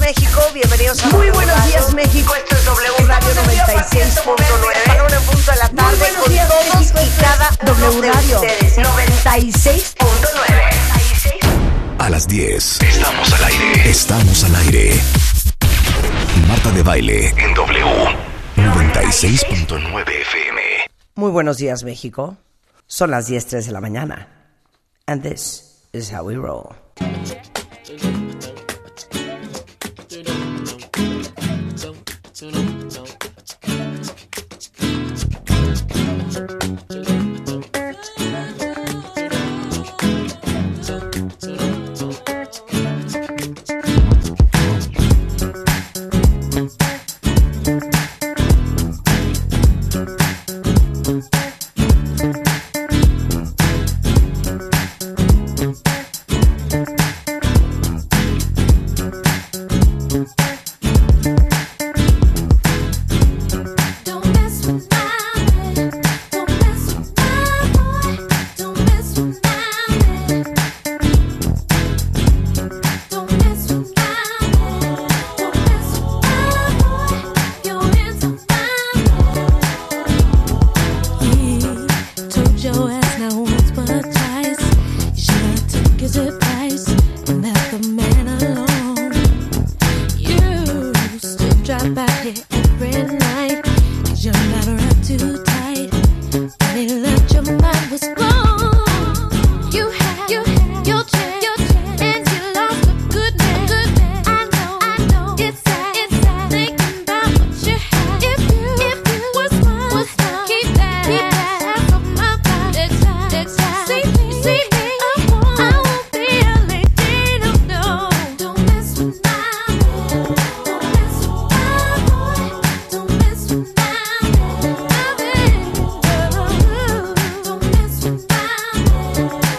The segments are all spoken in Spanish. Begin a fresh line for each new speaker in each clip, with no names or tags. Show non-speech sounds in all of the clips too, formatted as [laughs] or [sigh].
México, bienvenidos a
Muy buenos días, México.
Esto es W Radio 96.9. A una en punto de la tarde
Muy buenos días,
con todos
México.
y cada
W
uno de
Radio.
ustedes. 96.9.
A las 10. Estamos al aire. Estamos al aire. Marta de baile en W. 96.9 FM.
Muy buenos días, México. Son las 10.03 de la mañana. And this is how we roll.
Don't mess with my man. Don't mess with my boy. Don't mess with my man. Don't mess with my man. Don't mess with my boy. You're into my man. told your ass not once but twice. You should take his advice and let the man alone. You still drive by here every night. Cause you're not around too tight. And it left your mind was blown. You had, you had your chance, your chance. And you lost a good man, good man. I know, I know. It's sad, it's sad. Thinking about what you had. If you, if you was mine, was mine. Keep that, keep that. Half of my pride. Next time, next time. See me, see me. I won't, I won't be a lady, no, no. Don't mess with my man. Don't mess with my boy. Don't mess with my man. My man. Don't mess with my man. Don't mess with my boy.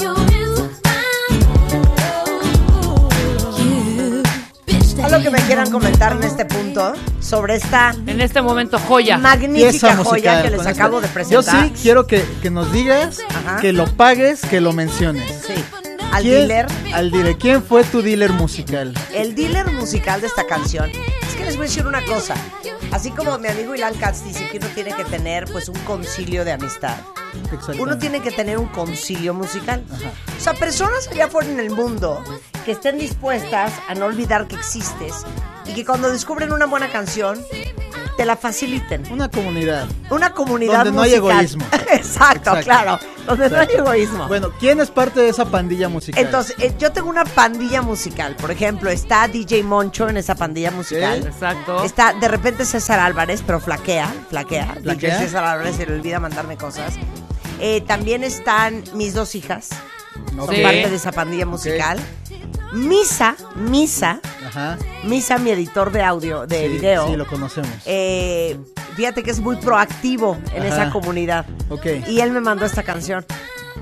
You're into my man. You bitch that
Algo que me
ain't
quieran
gonna
comentar en este punto sobre esta
En este momento, joya.
magnífica
pieza
joya
musical
que les
con
acabo de
esto.
presentar.
Yo sí quiero que, que nos digas,
Ajá.
que lo pagues, que lo menciones.
Sí. Al
¿Quién-
dealer,
Al dealer. ¿Quién fue tu dealer musical?
el dealer musical de esta canción. Es que les voy a decir una cosa. Así como mi amigo Ilan Katz dice que uno tiene que tener pues un concilio de amistad.
Exactamente.
Uno tiene que tener un concilio musical. O sea, personas allá afuera en el mundo que estén dispuestas a no olvidar que existes y que cuando descubren una buena canción te la faciliten.
Una comunidad.
Una comunidad
Donde no hay
musical.
egoísmo.
[laughs] Exacto,
Exacto.
claro. Donde
Exacto.
no hay egoísmo.
Bueno, ¿quién es parte de esa pandilla musical?
Entonces, eh, yo tengo una pandilla musical. Por ejemplo, está DJ Moncho en esa pandilla musical.
Exacto.
Está de repente César Álvarez, pero flaquea, flaquea.
¿Flaquea?
DJ César Álvarez se le olvida mandarme cosas. Eh, también están mis dos hijas,
Ok.
son
Sí.
parte de esa pandilla musical. Misa, Misa,
Ajá.
Misa, mi editor de audio, de
Sí,
video.
Sí, lo conocemos.
Eh, fíjate que es muy proactivo en
Ajá.
esa comunidad.
Ok.
Y él me mandó esta canción.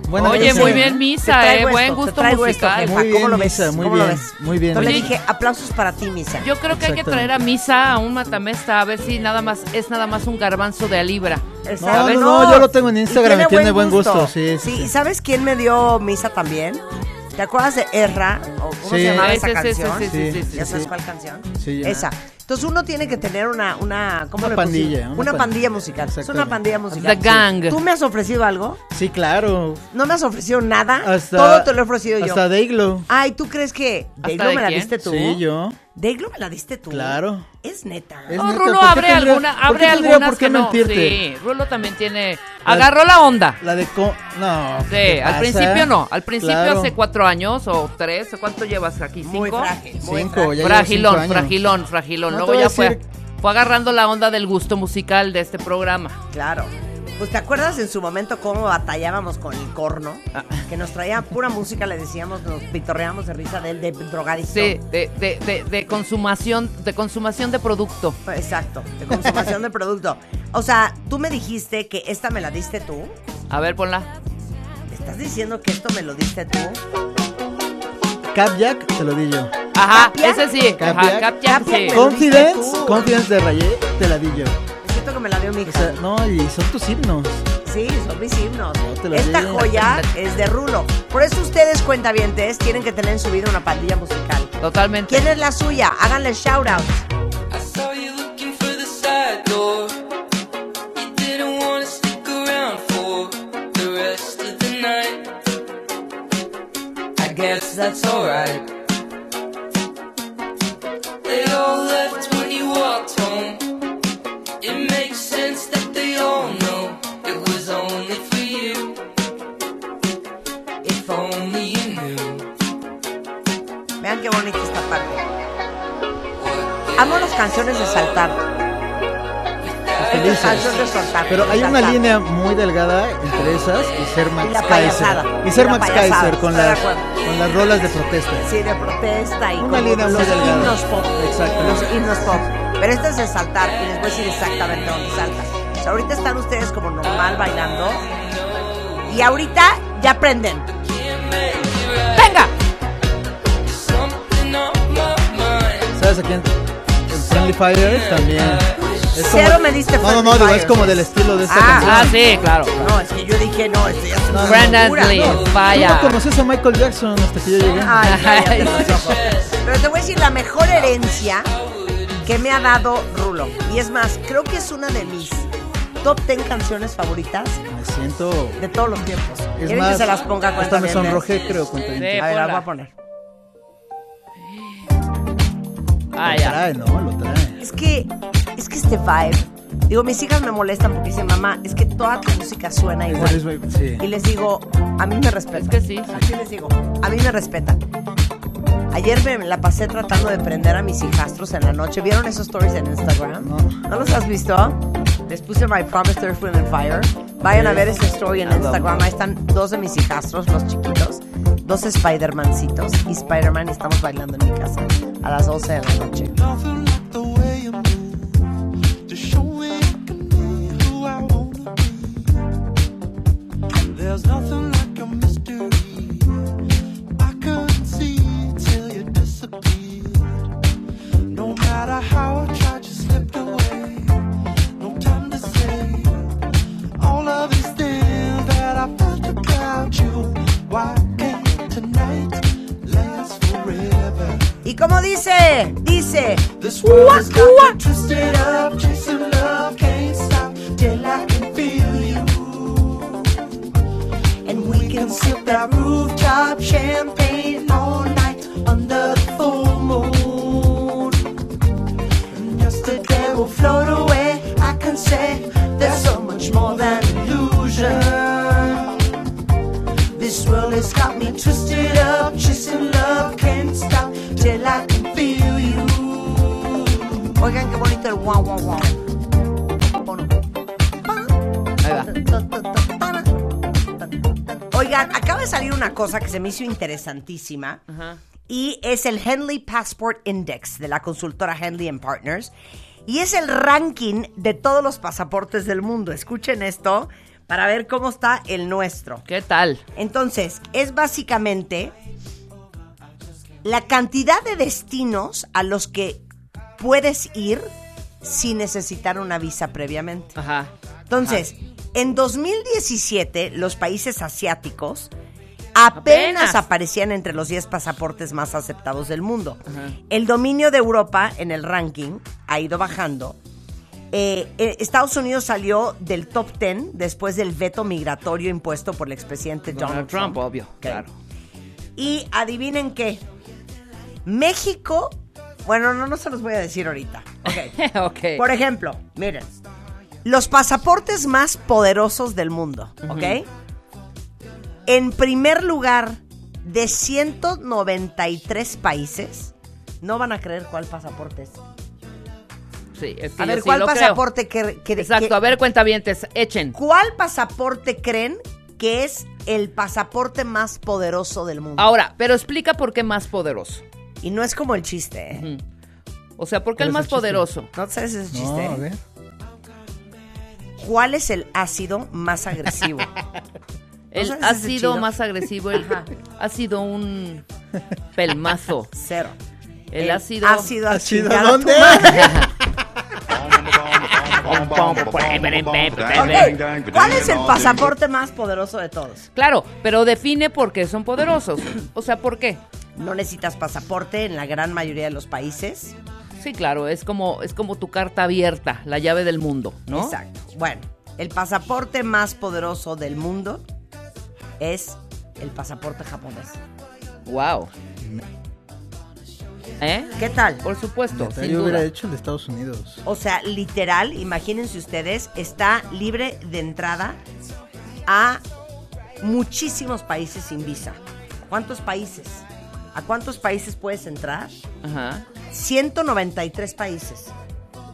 Buena
Oye,
canción,
muy
¿eh?
bien,
Te
Misa, eh.
traigo
Buen
esto, te
gusto
traigo esto,
musical.
jefa.
Muy bien,
¿Cómo lo ves?
Misa, muy
¿Cómo lo
bien,
ves?
muy bien,
Entonces le
Misa.
dije, aplausos para ti, Misa.
Yo creo que hay que traer a Misa a un matamesta a ver si nada más es nada más un garbanzo de a libra.
No, no, no, yo lo tengo en Instagram,
Y
tiene buen gusto, sí, sí,
¿y
sí.
¿sabes quién me dio misa también? ¿Te acuerdas de Erra? ¿O ¿Cómo se
Sí.
llamaba
Ah,
esa
sí, sí,
canción?
sí, sí, sí, sí,
¿Ya
sí.
sabes cuál canción?
Sí, ya.
Esa. Entonces uno tiene que tener una, una, ¿cómo
Una
le
pandilla,
pusimos? Una, pandilla
una pandilla,
musical. Es una
exactamente.
pandilla musical.
The gang.
¿Tú me has ofrecido algo?
Sí, claro.
No me has ofrecido nada.
Hasta,
Todo te lo he ofrecido yo.
Hasta Dayglow.
Ay, ¿tú crees que
¿Hasta
Dayglo me
de
la
quién?
diste tú?
Sí, yo.
Dayglo me la diste tú.
Claro.
Es neta.
Es
No,
neta,
Rulo
¿por qué
abre
tendría-
alguna,
por qué
abre
tendría
algunas
por qué
que no.
mentirte?
Sí, Rulo también tiene. Agarró la onda.
La de co- no. ¿qué
Sí,
te
al
pasa?
principio no. Al principio
Claro.
hace cuatro años o tres. ¿Cuánto llevas aquí? ¿Cinco?
Muy frágil. Muy frágil.
Cinco, ya llevo cinco
fragilón,
años.
fragilón, fragilón.
No
Luego
te voy
ya
a
fue,
decir-
fue agarrando la onda del gusto musical de este programa.
Claro. Pues te acuerdas en su momento cómo batallábamos con el corno,
Ah.
que nos traía pura música, le decíamos, nos pitorreábamos de risa de él, de drogadicto.
Sí, de, de, de, de consumación, de consumación de producto.
Exacto, de consumación de producto. O sea, tú me dijiste que esta me la diste tú.
A ver, ponla.
¿Me estás diciendo que esto me lo diste tú?
Capjack, te lo di yo.
Ajá,
¿Capia?
ese sí. Ajá,
¿Capia?
¿Capia?
Capia, sí.
Me lo diste
Confidence,
tú.
Confidence de Rayé, te la di yo.
Siento que me la dio mi
O
hija.
sea, no, y son tus himnos.
Sí, son mis himnos.
te lo
Esta
digo.
joya es de Rulo. Por eso ustedes, cuentavientes, tienen que tener en su vida una pandilla musical.
Totalmente.
¿Quién es la suya? Háganle shout out.
I saw you looking for the side door. You didn't wanna stick around for the rest of the night. I guess that's alright. They all left when you walked home. It makes sense that they all know it was only for you. If only you knew.
Vean qué bonita esta parte. Amo las canciones de saltar. Las canciones de saltar.
Pero hay
de
una
saltar.
línea muy delgada entre esas y ser Max
la
Kaiser.
payasada.
Y
Y
ser
la
Max
payasada,
Kaiser con
estoy de
las,
acuerdo.
con las rolas de protesta.
Sí, de protesta y
Una
como
línea muy
los
delgada.
himnos pop.
Exacto.
Los himnos pop. Pero este es de saltar y les voy a decir exactamente dónde salta. O sea, ahorita están ustedes como normal bailando. Y ahorita ya aprenden.
¡Venga!
Something on my mind.
¿Sabes a quién? El Friendly Fighters también. Es como-
Cero me diste
No, no, no,
Friendly
digo, es
Fire.
como del estilo de esta
Ah.
canción.
Ah, sí, claro.
No, es que yo dije, no, esto ya es una
Brandon
locura. Ah.
Lee,
No.
Tú no
vaya.
conoces a Michael Jackson hasta que yo llegué.
Ay, cállate los ojos. Pero te voy a decir la mejor herencia que me ha dado Rulo. Y es más, creo que es una de mis top 10 canciones favoritas
Me siento.
de todos los tiempos.
Es
¿Quieren
más,
que se las ponga a
hasta
cuenta
me sonrojé, creo, con
Sí.
A ver, la
Ponla.
voy a poner.
Ah,
Lo
ya.
trae, ¿no? Lo trae.
Es que, es que este vibe. Digo, mis hijas me molestan porque dicen, mamá, es que toda tu música suena
Es
igual.
del mismo- sí.
Y les digo, a mí me respetan.
Es que sí.
Así les digo, a mí me respetan. Ayer me la pasé tratando de prender a mis hijastros en la noche. ¿Vieron esos stories en Instagram?
No.
¿No los has visto? Les puse My Promised Earth, Wind and Fire. Vayan a ver esa story en Instagram. Ahí están dos de mis hijastros, los chiquitos. Dos Spider-Mancitos. Y Spider-Man y estamos bailando en mi casa a las 12 de la noche.
Nothing like the way you move to show me I can be who I wanna be. There's nothing like a mystery I couldn't see till you disappeared. No matter how I tried, you slipped away. No time to say all of these things that I felt about you. Why can't tonight last forever?
Y como dice, dice,
This world is
Wah, wah.
got me twisted up, chasing love can't stop till I can feel you. And we can sip that rooftop champagne all night under the full moon. And yesterday will float away. I can say there's so much more than illusion. This world has got me twisted up, chasing love can't stop till I can feel you.
oigan qué bonito el wow, wow, wow. Ponlo.
Ahí va.
Oigan, acaba de salir una cosa que se me hizo interesantísima. Y es el Henley Passport Index de la consultora Henley and Partners. Y es el ranking de todos los pasaportes del mundo. Escuchen esto para ver cómo está el nuestro.
¿Qué tal?
Entonces, es básicamente la cantidad de destinos a los que puedes ir sin necesitar una visa previamente.
Ajá.
Entonces, en 2017, los países asiáticos apenas,
Apenas.
aparecían entre los 10 pasaportes más aceptados del mundo. El dominio de Europa en el ranking ha ido bajando. Eh, eh, Estados Unidos salió del top 10 después del veto migratorio impuesto por el expresidente Donald,
Donald Trump, obvio.
Ok.
Claro. [laughs]
Y adivinen qué. México, bueno, no, no se los voy a decir ahorita.
[laughs]
Ok.
ok.
Por e- ejemplo, miren, los pasaportes más poderosos del mundo, ¿ok? En primer lugar, de 193 países, no van a creer cuál pasaporte es.
Sí, es que
A
yo
ver,
sí
¿cuál
lo creo.
pasaporte que, que- que-
Exacto, a ver, cuentavientes, echen.
¿Cuál pasaporte creen que es el pasaporte más poderoso del mundo?
Ahora, pero explica por qué más poderoso.
Y no es como el chiste, ¿eh?
O sea, ¿por qué el
¿Cuál
más
es el
poderoso?
No sabes ese
No,
chiste.
a ver.
¿Cuál es el ácido más
[laughs]
agresivo?
El
sabes
ha
ese
sido
chido?
más agresivo, el ha sido un
[laughs]
pelmazo.
Cero.
El ácido.
ácido a
¿Ácido
chingar a tu
dónde?
madre.
El
Ok, ¿Cuál es el pasaporte más poderoso de todos?
Claro, pero define por qué son poderosos. O sea, ¿por qué?
No necesitas pasaporte en la gran mayoría de los países.
Sí, claro, es como, es como tu carta abierta, la llave del mundo, ¿no?
Exacto. Bueno, el pasaporte más poderoso del mundo es el pasaporte japonés.
Wow. ¿Eh?
¿Qué tal?
Por supuesto,
Neta,
sin
[laughs] yo hubiera
duda.
hecho el de Estados Unidos.
O sea, literal, imagínense ustedes, está libre de entrada a muchísimos países sin visa. ¿Cuántos países? ¿A cuántos países puedes entrar?
Ajá.
193 países.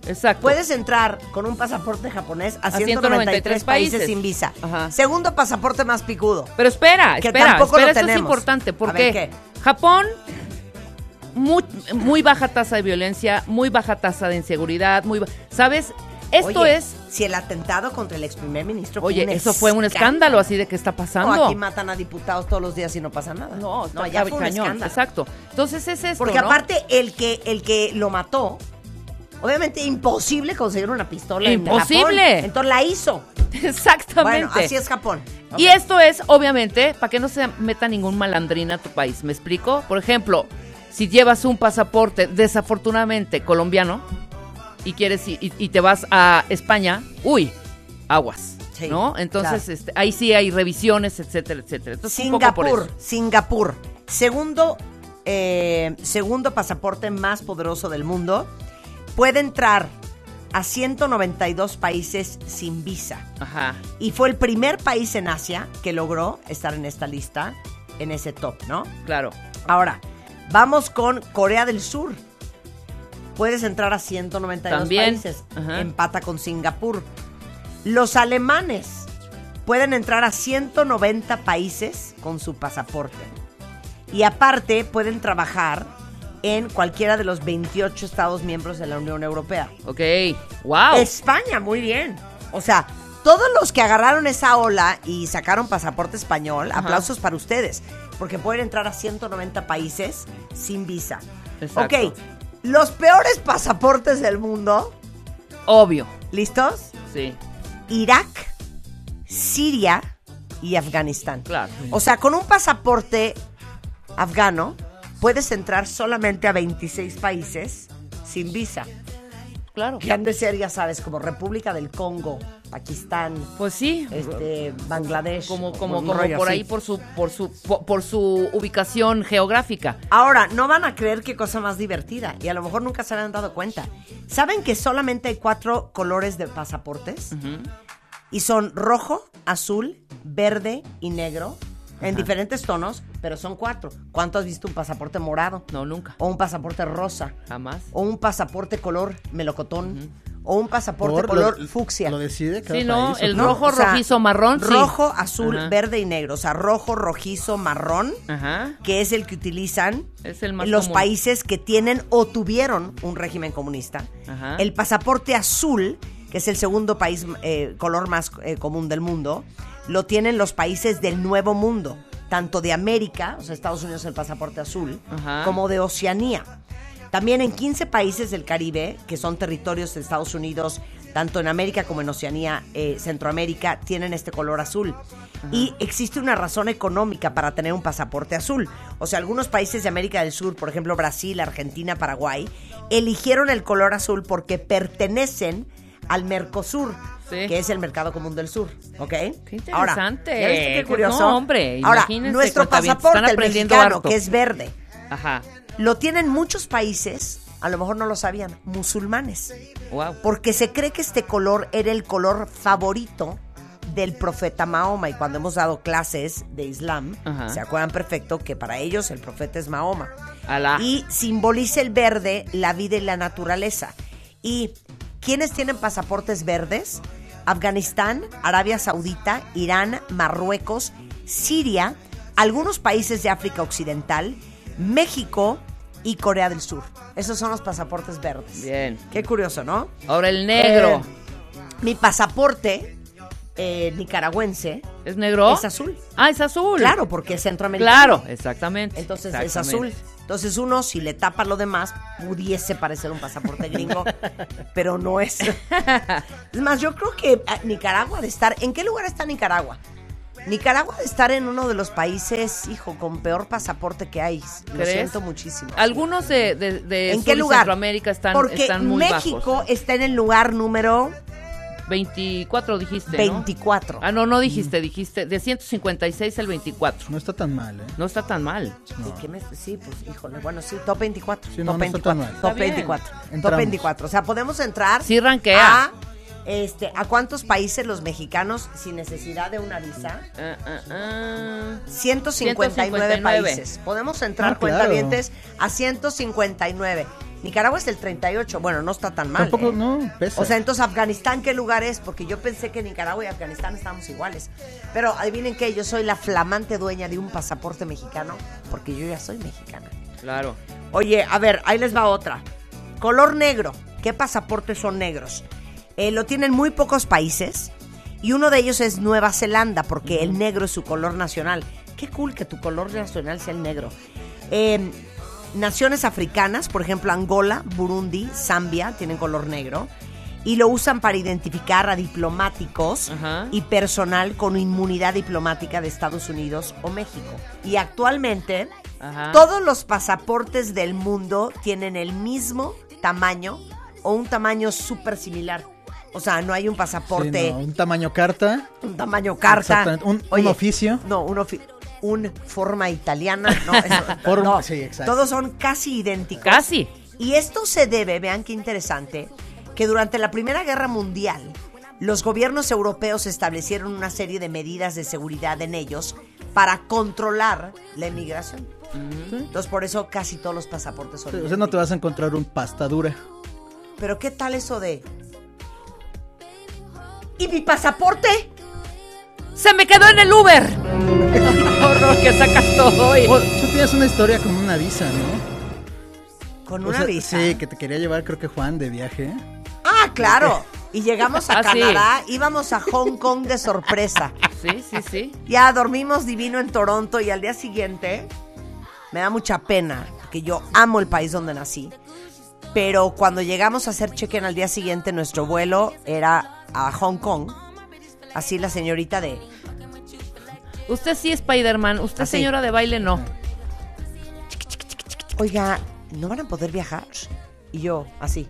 Exacto.
Puedes entrar con un pasaporte japonés a 193 países sin visa.
Ajá.
Segundo pasaporte más picudo.
Pero espera,
Que
espera,
tampoco
espera,
lo
esto es
tenemos.
importante,
A ver,
porque
¿qué?
Japón, muy, muy baja tasa de violencia, muy baja tasa de inseguridad, muy ba- ¿sabes? Esto
Oye,
es,
Si el atentado contra el ex primer ministro. fue
oye, eso fue un escándalo así de que está pasando.
No, aquí matan a diputados todos los días y no pasa nada.
no, está
ya fue un
cañón,
escándalo.
exacto. Entonces es esto,
Porque
¿no?
aparte, el que, el que lo mató, obviamente imposible conseguir una pistola. en
Imposible.
Japón. Entonces la hizo.
[laughs] exactamente.
Bueno, así es Japón.
Y esto es, obviamente, para que no se meta ningún malandrín a tu país. ¿Me explico? Por ejemplo, si llevas un pasaporte desafortunadamente colombiano y quieres i- y, y te vas a España, uy, aguas.
Sí,
¿No? Entonces,
claro.
este, ahí sí hay revisiones, etcétera, etcétera. Entonces, un poco por
Singapur,
eso.
Singapur. Segundo, eh, segundo pasaporte más poderoso del mundo. Puede entrar a 192 países sin visa.
Ajá.
Y fue el primer país en Asia que logró estar en esta lista, en ese top, ¿no?
Claro.
Ahora, vamos con Corea del Sur. Puedes entrar a 192
También,
países.
ajá.
Empata con Singapur. Los alemanes pueden entrar a 190 países con su pasaporte. Y aparte pueden trabajar en cualquiera de los 28 estados miembros de la Unión Europea.
Ok. Wow.
España, muy bien. O sea, todos los que agarraron esa ola y sacaron pasaporte español,
Ajá.
aplausos para ustedes, porque pueden entrar a 190 países sin visa.
Exacto.
Ok, los peores pasaportes del mundo,
Obvio.
¿listos?
Sí.
Irak, Siria y Afganistán.
Claro.
O sea, con un pasaporte afgano puedes entrar solamente a 26 países sin visa.
Claro.
Que han de ser, ya sabes, como República del Congo, Pakistán,
Pues sí.
este, Bangladesh.
Como,
o
como,
un
como
rollo
por
así.
ahí, por su, por su, por- por su ubicación geográfica.
Ahora, no van a creer qué cosa más divertida y a lo mejor nunca se han dado cuenta. ¿Saben que solamente hay cuatro colores de pasaportes? Y son rojo, azul, verde y negro en diferentes tonos, pero son cuatro. ¿Cuánto has visto un pasaporte morado?
No, nunca.
O un pasaporte rosa.
Jamás.
O un pasaporte color melocotón. O un pasaporte
Por lo-
color fucsia.
Lo decide cada
Sí, no,
país, ¿o
el
cómo?
rojo, rojizo, marrón, sí.
Rojo, azul,
Ajá.
verde y negro. O sea, rojo, rojizo, marrón,
Ajá.
que es el que utilizan
Es el más
los
común.
países que tienen o tuvieron un régimen comunista.
Ajá.
El pasaporte azul, que es el segundo país eh, color más eh, común del mundo, lo tienen los países del Nuevo Mundo, tanto de América, o sea, Estados Unidos el pasaporte azul,
Ajá.
como de Oceanía. También en 15 países del Caribe, que son territorios de Estados Unidos, tanto en América como en Oceanía, eh, Centroamérica, tienen este color azul. Y existe una razón económica para tener un pasaporte azul. O sea, algunos países de América del Sur, por ejemplo Brasil, Argentina, Paraguay, eligieron el color azul porque pertenecen al Mercosur,
Sí.
que es el Mercado Común del Sur. ¿ok?
Qué
Ahora,
interesante.
¿ya viste qué
Qué-
curioso?
no, hombre,
Ahora,
imagínense,
nuestro
cuentavientes,
pasaporte,
están
el
aprendiendo
mexicano,
harto.
que es verde,
Ajá.
lo tienen muchos países, a lo mejor no lo sabían, musulmanes,
Wow.
porque se cree que este color era el color favorito del profeta Mahoma y cuando hemos dado clases de Islam,
Ajá.
se acuerdan perfecto que para ellos el profeta es Mahoma.
Alá.
Y simboliza el verde, la vida y la naturaleza. ¿Y quiénes tienen pasaportes verdes? Afganistán, Arabia Saudita, Irán, Marruecos, Siria, algunos países de África Occidental, México y Corea del Sur. Esos son los pasaportes verdes.
Bien.
Qué curioso, ¿no?
Ahora el negro.
Eh, mi Eh, pasaporte eh, nicaragüense
¿Es negro?
Eh, es azul.
Ah, es azul.
Claro, porque es centroamericano.
Claro, exactamente.
Entonces es
exactamente.
azul. Entonces uno, si le tapa lo demás, pudiese parecer un
[laughs]
pasaporte gringo, pero no es. [laughs] Es más, yo creo que ah, Nicaragua ha de estar... ¿En qué lugar está Nicaragua? Nicaragua ha de estar en uno de los países, hijo, con peor pasaporte que hay. Lo
¿Crees?
siento muchísimo.
Algunos de, de, de
¿En
Sur
qué
y
lugar?
Centroamérica están,
Porque
están muy
México
bajos. ¿eh?
está en el lugar número
24 dijiste, ¿no?
24.
Ah, no, no dijiste, dijiste de 156 al 24.
No está tan mal, ¿eh?
No está tan mal.
Sí, ¿qué me- sí, pues híjole, bueno, sí, top 24.
Sí,
top
no, no
24.
está tan mal.
Está
Top
bien.
24. Top
Entramos.
24. O sea, podemos entrar.
Sí rankea.
A, este, ¿A cuántos países los mexicanos sin necesidad de una visa?
Ah, ah, ah.
159,
159.
países. Podemos entrar,
Ah, claro.
cuentavientes, a 159. Nicaragua es el 38. Bueno, no está tan mal.
Tampoco,
¿eh?
no, pesa.
O sea, entonces, ¿Afganistán qué lugar es? Porque yo pensé que Nicaragua y Afganistán estábamos iguales. Pero adivinen qué, yo soy la flamante dueña de un pasaporte mexicano, porque yo ya soy mexicana.
Claro.
Oye, a ver, ahí les va otra. Color negro. ¿Qué pasaportes son negros? Eh, lo tienen muy pocos países y uno de ellos es Nueva Zelanda porque el negro es su color nacional. Qué cool que tu color nacional sea el negro. Eh, naciones africanas, por ejemplo Angola, Burundi, Zambia, tienen color negro y lo usan para identificar a diplomáticos
Ajá.
y personal con inmunidad diplomática de Estados Unidos o México. Y actualmente
Ajá.
todos los pasaportes del mundo tienen el mismo tamaño o un tamaño súper similar. O sea, no hay un
Sí,
pasaporte,
no, un tamaño carta.
un tamaño carta.
Exactamente, un- un oficio.
No, un ofi- un forma italiana. No,
[laughs]
eso-
Forma,
no.
sí, exacto.
Todos son casi idénticos.
Casi.
Y esto se debe, vean qué interesante, que durante la Primera Guerra Mundial los gobiernos europeos establecieron una serie de medidas de seguridad en ellos para controlar la emigración. Entonces por eso casi todos los pasaportes son.
O sea, no te vas a encontrar un pasta dura. [laughs]
Pero qué tal eso de ¿Y mi pasaporte?
Se me quedó en el Uber. Qué horror que sacas todo hoy.
Oh, tú tienes una historia con una visa, ¿no?
Con
O
una
sea,
visa.
Sí, que te quería llevar, creo que Juan, de viaje.
Ah,
[laughs]
claro. Y llegamos a
Ah, sí.
Canadá, íbamos a Hong Kong de sorpresa.
ah, Sí, sí, sí.
Ya dormimos divino en Toronto y al día siguiente me da mucha pena, porque yo amo el país donde nací. Pero cuando llegamos a hacer check-in al día siguiente, nuestro vuelo era a Hong Kong. Así la señorita de...
Usted Ah, sí, Spider-Man. Usted,
Así.
señora de baile, no.
Oiga, ¿no van a poder viajar? Y yo, así.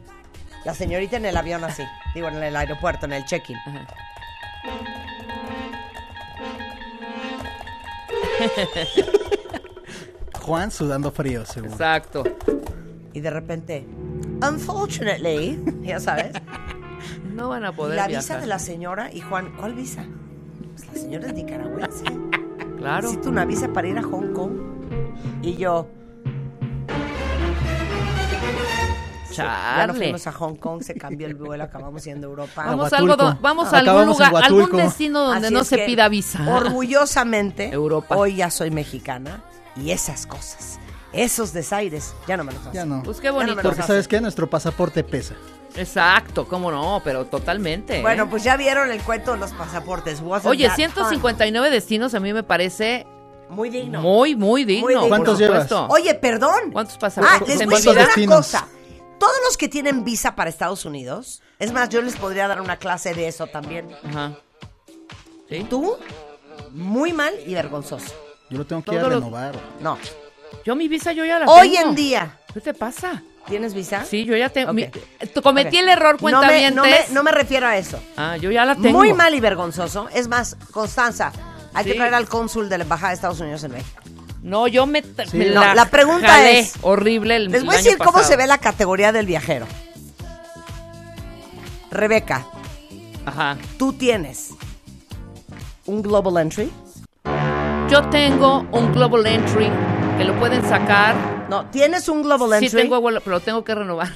La señorita en el avión, así. Digo, en el aeropuerto, en el check-in.
Juan sudando frío, seguro.
Exacto.
Y de repente, unfortunately, ya sabes,
No van a [laughs] poder
la
viajar.
visa de la señora y Juan, ¿cuál visa? Pues la señora es nicaragüense.
Claro.
Necesito una visa para ir a Hong Kong. Y yo, ya no
Charle.
fuimos a Hong Kong, se cambió el vuelo, acabamos yendo a Europa.
Vamos a, algo,
Huatulco.
do- vamos a algún
Acabamos en
lugar, algún
Huatulco.
destino donde
Así
no
es
se
que,
pida visa.
Orgullosamente,
Europa.
hoy ya soy mexicana y esas cosas, esos desaires, ya no me los hacen.
Ya no.
Pues qué
me
bonito.
lo
Porque sabes qué, nuestro pasaporte pesa.
Exacto, cómo no, pero totalmente. ¿eh?
Bueno, pues ya vieron el cuento de los pasaportes. Wasn't
Oye,
that fun?
159 destinos a mí me parece
Muy digno.
muy, muy digno.
digno.
por
¿Cuántos
supuesto.
llevas?
Oye, perdón.
¿Cuántos pasaportes?
Ah, les
¿En
voy a decir
cuántos
una
destinos?
cosa. Todos los que tienen visa para Estados Unidos, es más, yo les podría dar una clase de eso también.
Ajá. ¿Sí?
Tú, muy mal y vergonzoso.
Yo lo tengo que ir a
Todo lo-
renovar.
No.
Yo mi visa yo ya la
Hoy
tengo.
en día,
¿Qué te pasa?
¿tienes visa?
Sí, yo ya tengo.
Ok.
mi- eh, tú cometí
Ok.
el
No
error,
me,
cuentavientes.
no, me, no me refiero a eso.
Ah, yo ya la tengo.
Muy mal y vergonzoso. Es más, Constanza, hay que
Sí.
traer al cónsul de la Embajada de Estados Unidos en México.
No, yo me. t- me
No, la pregunta
jalé
es-
Horrible el
Les voy a
el
decir
año
cómo
pasado.
se ve la categoría del viajero. Rebeca,
Ajá.
tú tienes un Global Entry.
Yo tengo un Global Entry que lo pueden sacar.
No, tienes un Global Entry.
Sí, tengo, vuelo, pero lo tengo que renovar.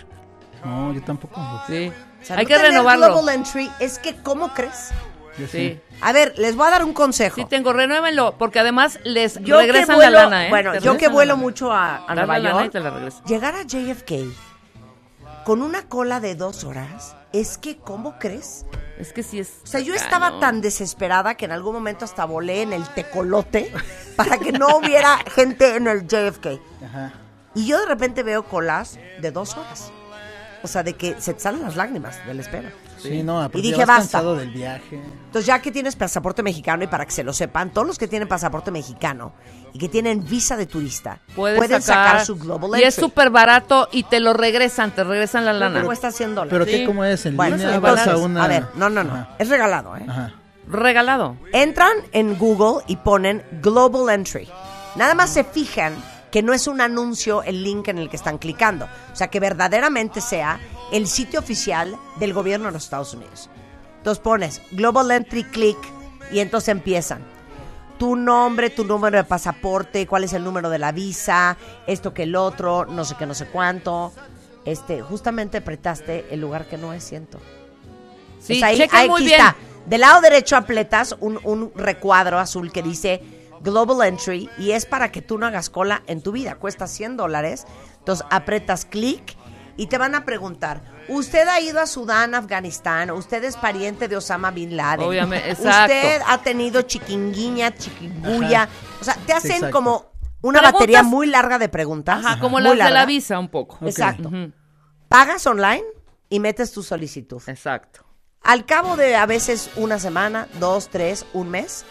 No, yo tampoco.
Sí.
O sea,
Hay
no
que
tener
renovarlo.
Global Entry es que, ¿cómo crees?
Yo
Sí.
A ver, les voy a dar un consejo.
Sí, tengo, renuévenlo, porque además les
yo que
regresan
vuelo,
la lana, ¿eh?
Bueno,
Te
yo que
regresan la
vuelo
lana.
mucho a, a
Te dan la
Nueva
lana y
York,
te la regresan.
llegar a JFK con una cola de dos horas es que, ¿cómo crees?
Es que sí es.
O sea, yo estaba tan desesperada que en algún momento hasta volé en el tecolote para que no hubiera gente en el JFK.
Ajá.
Y yo de repente veo colas de dos horas. O sea, de que se te salen las lágrimas de la espera.
Sí, no, aparte
Y dije,
ya vas
basta.
cansado del viaje.
Entonces, ya que tienes pasaporte mexicano, y para que se lo sepan, todos los que tienen pasaporte mexicano y que tienen visa de turista
Puedes
pueden sacar, su Global
Y es
Entry.
súper barato y te lo regresan, te regresan la
Creo que
lana.
cuesta 100 dólares.
Pero
Sí.
¿qué cómo es? ¿En
Bueno,
línea?
entonces,
¿Vas a una...?
ver, no, no, no.
Ajá,
Es regalado, ¿eh?
ajá.
Regalado.
Entran en Google y ponen Global Entry. Nada más se fijan que no es un anuncio el link en el que están clicando. O sea, que verdaderamente sea el sitio oficial del gobierno de los Estados Unidos. Entonces pones Global Entry Click y entonces empiezan. Tu nombre, tu número de pasaporte, cuál es el número de la visa, esto que el otro, no sé qué, no sé cuánto. Este, justamente apretaste el lugar que no es, siento.
Sí,
Pues ahí,
checa
ahí
muy
aquí
bien.
está. Del lado derecho apletas un, un recuadro azul que dice Global Entry y es para que tú no hagas cola en tu vida. Cuesta 100 dólares. Entonces apretas clic y te van a preguntar, ¿usted ha ido a Sudán, Afganistán? ¿Usted es pariente de Osama Bin Laden?
Obviamente, exacto.
¿Usted ha tenido chiquinguiña, chiquinguya?
Ajá.
O sea, te hacen
Exacto.
como una
Preguntas-
batería muy larga de preguntas.
Ajá, como
muy
las de la
larga.
visa un poco.
Exacto.
Ujú,
Pagas online y metes tu solicitud.
Exacto.
Al cabo de a veces una semana, dos, tres, un mes,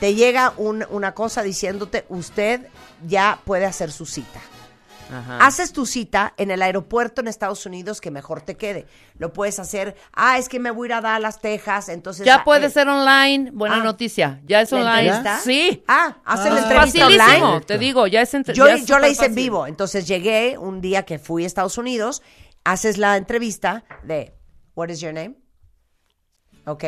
te llega un- una cosa diciéndote, usted ya puede hacer su cita.
Ajá.
Haces tu cita en el aeropuerto en Estados Unidos que mejor te quede. Lo puedes hacer, ah, es que me voy a ir a Dallas, Texas, entonces...
Ya
ah,
puede
eh,
ser online. Buena
Ah.
noticia. Ya es
¿la
online.
entrevista?
Sí.
Ah, haces la
Ah.
entrevista
Facilísimo,
online.
te digo, ya es entre-
Yo,
ya es
yo la
súper
hice en
fácil.
vivo, entonces llegué un día que fui a Estados Unidos, haces la entrevista de, what is your name? Ok,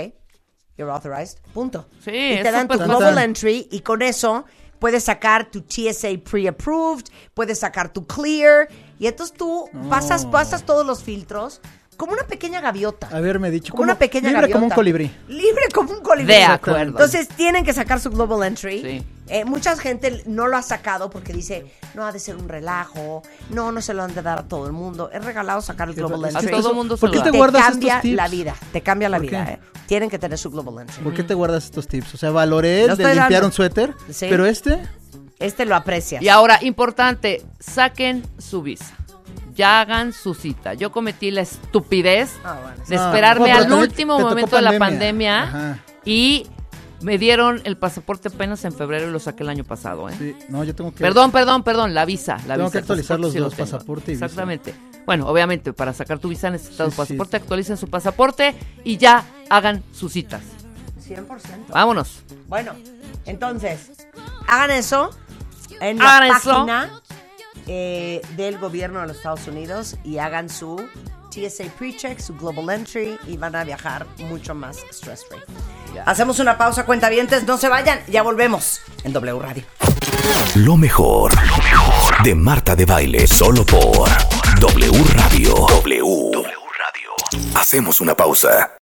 you're authorized, punto.
Sí,
y te
es
dan tu
súper
global
fácil.
entry y con eso puedes sacar tu TSA pre-approved, puedes sacar tu clear y entonces tú pasas, pasas todos los filtros como una pequeña gaviota.
Haberme dicho,
como una
¿cómo?
pequeña
Libre como un
gaviota.
colibrí.
Libre como un colibrí.
De acuerdo.
Entonces tienen que sacar su global entry.
Sí.
Eh, mucha gente no lo ha sacado porque dice, no ha de ser un relajo, no, no se lo han de dar a todo el mundo. Es regalado sacar el global
Es que
entry.
A todo
estos-
mundo
¿Por
se
qué
lo
te
dan.
guardas
cambia
estos tips?
la vida, te cambia la
¿Por
vida.
qué?
¿eh? Tienen que tener su global entry.
¿Por qué te guardas estos tips? O sea, valoré el
Lo
de
estoy
limpiar
dando.
un suéter,
Sí.
pero este...
Este lo aprecia.
Y ahora, importante, saquen su visa. Ya hagan su cita. Yo cometí la estupidez
Ah, bueno.
de
No,
esperarme
no, pero
al
también
último
te tocó
momento de la pandemia
pandemia. Ajá.
y me dieron el pasaporte apenas en febrero y lo saqué el año pasado. ¿eh?
Sí, no, yo tengo que...
Perdón, perdón, perdón, la visa. La
Tengo
visa,
que actualizar
el pasaporte
los
sí lo
dos,
tengo.
pasaporte y visa.
Exactamente. Bueno, obviamente, para sacar tu visa necesitas
Sí,
tu
sí.
pasaporte, actualicen su pasaporte y ya hagan sus citas.
100%.
Vámonos.
Bueno, entonces, hagan eso en la
Hagan eso.
página eh, del gobierno de los Estados Unidos y hagan su TSA pre-check, su global entry y van a viajar mucho más stress-free. Hacemos una pausa, cuentavientes, no se vayan, ya volvemos en W Radio.
Lo mejor, lo mejor de Marta de Baile, solo por W Radio. W, Radio. Hacemos una pausa.